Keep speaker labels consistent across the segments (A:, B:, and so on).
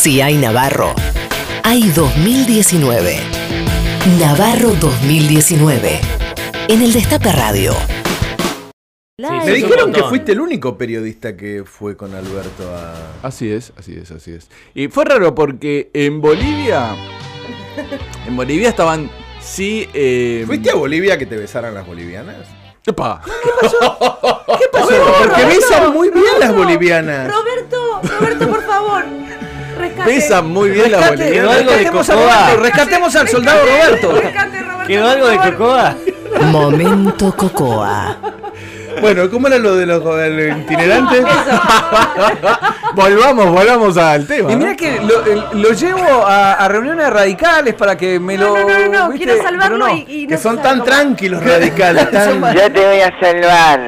A: CI Navarro. Hay 2019. Navarro 2019. En el Destape Radio.
B: Claro.
C: Me
B: Es un
C: dijeron que
B: montón.
C: fuiste el único periodista que fue con Alberto a.
D: Así es, así es, así es. Y fue raro porque en Bolivia. En Bolivia estaban. Sí. Eh,
C: ¿Fuiste a Bolivia que te besaran las bolivianas?
D: Epa.
C: Bueno, porque
B: Roberto,
C: besan muy bien
B: Roberto,
C: las bolivianas.
B: Roberto, Roberto, por favor. Rescate.
D: Pesan muy bien las
E: Rescate,
D: bolivianas.
E: algo de
B: Rescatemos a
E: Cocoa.
B: Roberto,
E: Rescatemos al soldado
B: rescate,
E: Roberto.
B: rescate, Roberto,
E: ¿Quedó algo
B: por
E: de
B: favor.
E: Cocoa?
A: Momento Cocoa.
C: Bueno, ¿cómo era lo de los del itinerante?
D: Volvamos, volvamos al tema.
E: Y
D: ¿no?
E: mirá que lo, el- lo llevo a, a reuniones radicales para que me
B: No,
E: lo.
B: no, no, no,
E: ¿viste?
B: quiero salvarlo
E: Pero no.
B: y, y no
C: que
B: se
C: son
B: salva.
C: tan tranquilos radicales, tan.
F: Yo te voy a salvar.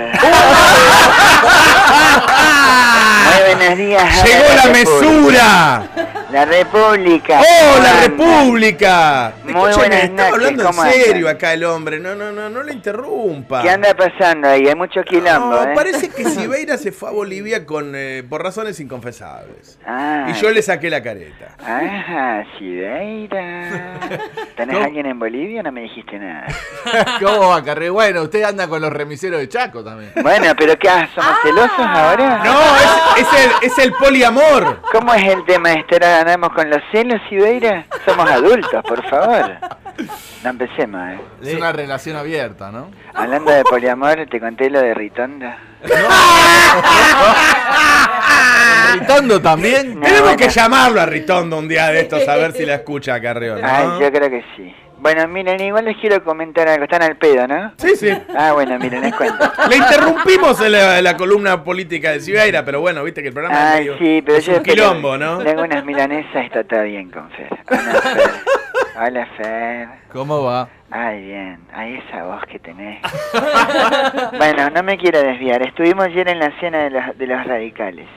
F: Muy buenos días. a
C: ¡Llegó la
F: República.
C: mesura!
F: La República.
C: ¡Oh, la
F: Anda.
C: República!
F: Muy
C: Escúcheme,
F: buenas
C: estaba
F: noches,
C: hablando en
F: ¿cómo
C: serio
F: andan?
C: acá el hombre. No, no, no, no le interrumpa.
F: ¿Qué anda pasando ahí? Hay mucho quilombo,
C: No,
F: ¿eh?
C: parece que Sibeira se fue a Bolivia con, eh, por razones inconfesables.
F: Ah.
C: Y yo le saqué la careta.
F: Ajá, Sideira. ¿Tenés alguien en Bolivia? No me dijiste nada.
D: ¿Cómo va, Carré? Bueno, usted anda con los remiseros de Chaco también.
F: Bueno, pero ¿qué? ah, ¿Somos celosos ahora?
C: No, es, es el, es el poliamor.
F: ¿Cómo es el tema? ¿Este ahora ganamos con los celos, Sideira? Somos adultos, por favor. No empecemos, ¿eh?
D: Es una relación abierta, ¿no?
F: Hablando de poliamor, te conté lo de Ritonda.
D: Gritando también.
F: Ah. No,
C: Tenemos
F: bueno.
C: que llamarlo a Ritondo un día de estos a ver si la escucha Carrión. ¿no?
F: Ay, yo creo que sí. Bueno, miren, igual les quiero comentar algo. Están al pedo, ¿no?
C: Sí, sí.
F: Ah, bueno, miren, les cuento.
C: Le interrumpimos en la, la columna política de Sibeira, pero bueno, viste que el programa es,
F: Ay,
C: medio-
F: sí, pero
C: es
F: yo...
C: un quilombo, ¿no?
F: Le hago unas milanesas y está todo bien con Fer. Hola, Fer. Hola, Fer.
D: ¿Cómo va?
F: Ay, bien. Ay, esa voz que tenés. Bueno, no me quiero desviar. Estuvimos ayer en la cena de los, de los radicales.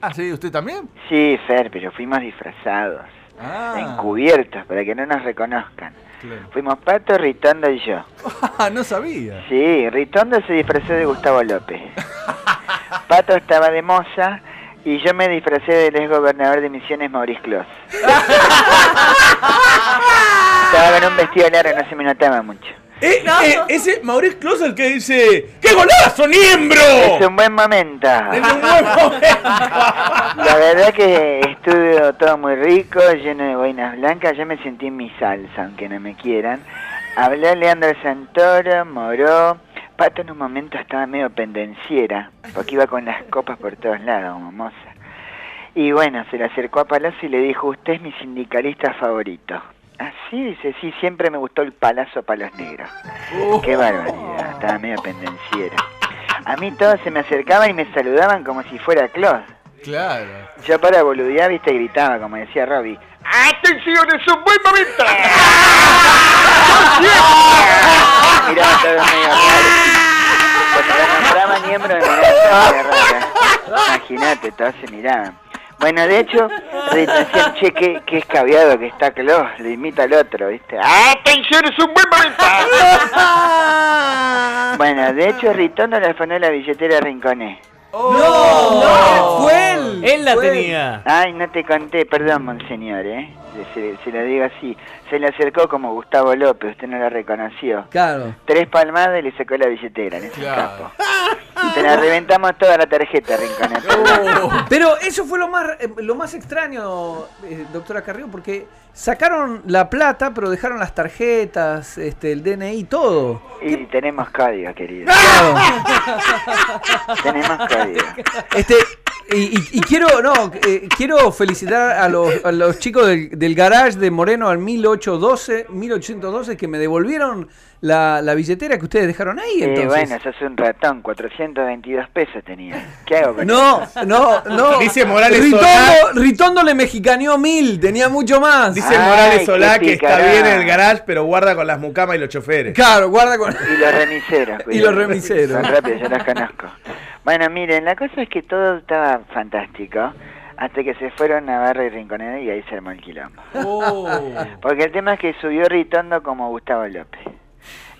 D: Ah, sí, ¿usted también?
F: Sí, Fer, pero fuimos disfrazados.
D: Ah,
F: Encubiertos, para que no nos reconozcan.
D: claro.
F: Fuimos Pato, Ritondo y yo.
D: Ah, no sabía.
F: Sí, Ritondo se disfrazó de Gustavo López. Pato estaba de moza y yo me disfracé del ex gobernador de Misiones, Maurice Clos. estaba con un vestido largo, no se me notaba mucho.
C: Eh, eh, ese Mauricio Clos el que dice ¡Qué golazo, miembro!
F: Es un buen momento.
C: En un buen momento.
F: La verdad que estuvo todo muy rico, lleno de boinas blancas. Yo me sentí en mi salsa, aunque no me quieran. Habló Leandro Santoro, Moró. Pato en un momento estaba medio pendenciera, porque iba con las copas por todos lados, como moza. Y bueno, se le acercó a Palazzo y le dijo, usted es mi sindicalista favorito. Así dice, sí, siempre me gustó el palazo para los negros. Qué barbaridad, estaba medio pendenciera. A mí todos se me acercaban y me saludaban como si fuera Claude.
D: Claro.
F: Yo para boludear, viste, gritaba, como decía Robbie. ¡Atención, es un buen momento! Miraba a todos medio raros. Cuando la nombraba miembro de Imagínate, todos se miraban. Bueno, de hecho, Rita decía, che, qué, qué escabiado que está Klaus, le imita al otro, ¿viste? ¡Atención, es un buen momento! bueno, de hecho, Ritondo le afanó la billetera a Rinconé.
E: Oh, ¡No! Eh, ¡Fue él!
B: Él la
E: Fue él.
B: tenía.
F: Ay, no te conté, perdón, monseñor, ¿eh? Se, se lo digo así. Se le acercó como Gustavo López, usted no lo reconoció.
E: Claro.
F: Tres palmadas y le sacó la billetera, en ese
D: Claro.
F: capo. Te la reventamos toda la tarjeta, Rinconete.
E: Pero eso fue lo más eh, lo más extraño, eh, doctora Carrión, porque sacaron la plata, pero dejaron las tarjetas, este, el DNI, todo.
F: Y tenemos código, querido. Tenemos código.
E: Este, y, y- y quiero, no, eh, quiero felicitar a los, a los chicos del, del garage de Moreno al 1812, 1812 que me devolvieron la, la billetera que ustedes dejaron ahí.
F: Eh,
E: Entonces.
F: bueno, sos un ratón, 422 pesos tenía. ¿Qué hago con eso?
E: no, no, no.
C: Dice Morales
E: Ritondo,
C: Solá-
E: Ritondo le mexicaneó mil, tenía mucho más.
C: Dice
F: Ay,
C: Morales
F: qué
C: Solá que está
F: picarada.
C: bien en el garage, pero guarda con las mucamas y los choferes.
E: Claro, guarda con.
F: Y los remiseros.
E: Y
F: cuidado.
E: los remiseros.
F: Son rápidos, yo los conozco. Bueno, miren, la cosa es que todo estaba fantástico hasta que se fueron a Barrio y Rinconada y ahí se armó el quilombo. Porque el tema es que subió Ritondo como Gustavo López.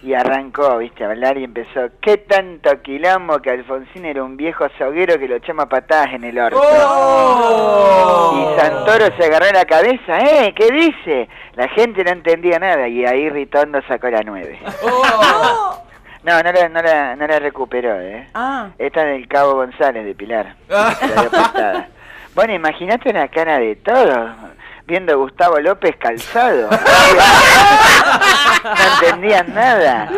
F: Y arrancó, viste, a hablar y empezó, qué tanto quilombo que
E: Oh.
C: ¡Oh!
F: Alfonsín era un viejo soguero que lo echamos a patadas en el orto. Y Santoro Santoro se agarró la cabeza, ¿eh? ¿Qué dice? La gente no entendía nada y ahí Ritondo sacó la 9.
E: Oh.
F: No, no la, no la- no la recuperó, ¿eh?
B: Ah.
F: Esta es del Cabo González de Pilar. La había apostada. bueno, imagínate la cara de todos viendo a Gustavo López calzado. no entendían nada.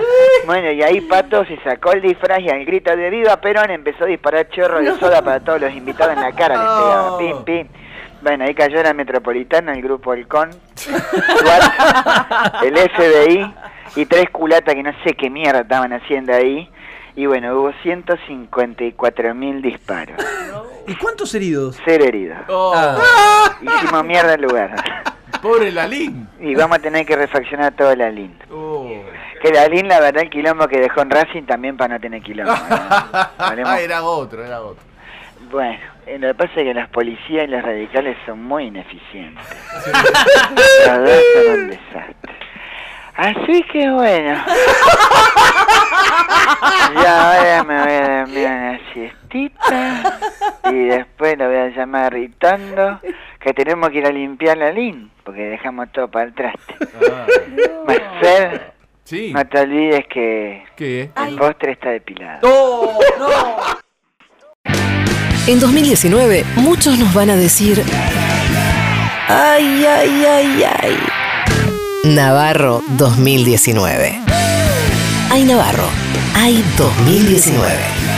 F: Bueno, y ahí Pato se sacó el disfraz y al grito de Viva Perón empezó a disparar chorro de soda para todos los invitados en la cara. les pegaba. Pim, pim. Bueno, ahí cayó la Metropolitana, el Grupo Halcón, SWAT, el FBI y tres culatas que no sé qué mierda estaban haciendo ahí. Y bueno, hubo 154 mil disparos,
E: ¿Y cuántos heridos?
F: cero heridos.
E: Ah,
F: Hicimos mierda el lugar.
D: Oh, Pobre Lalín.
F: Y vamos a tener que refaccionar toda la LIN.
D: Oh.
F: Que la LIN, la verdad, el quilombo que dejó en Racing también para no tener quilombo. ¿no? Hablemos-
D: Ah, era otro, era otro.
F: Bueno, eh, lo que pasa es que las policías y los radicales son muy ineficientes. Los dos son un desastre. Así que bueno. Y ahora me voy a dormir una siestita. Y después lo voy a llamar gritando que tenemos que ir a limpiar la lin, porque dejamos todo para el traste. Marcel,
D: Sí.
F: no te olvides que
D: ¿Qué?
F: el postre está depilado.
E: Oh.
A: En 2019, muchos nos van a decir. Ay, ay, ay, ay. Navarro 2019. Ay, Navarro. Ay, 2019.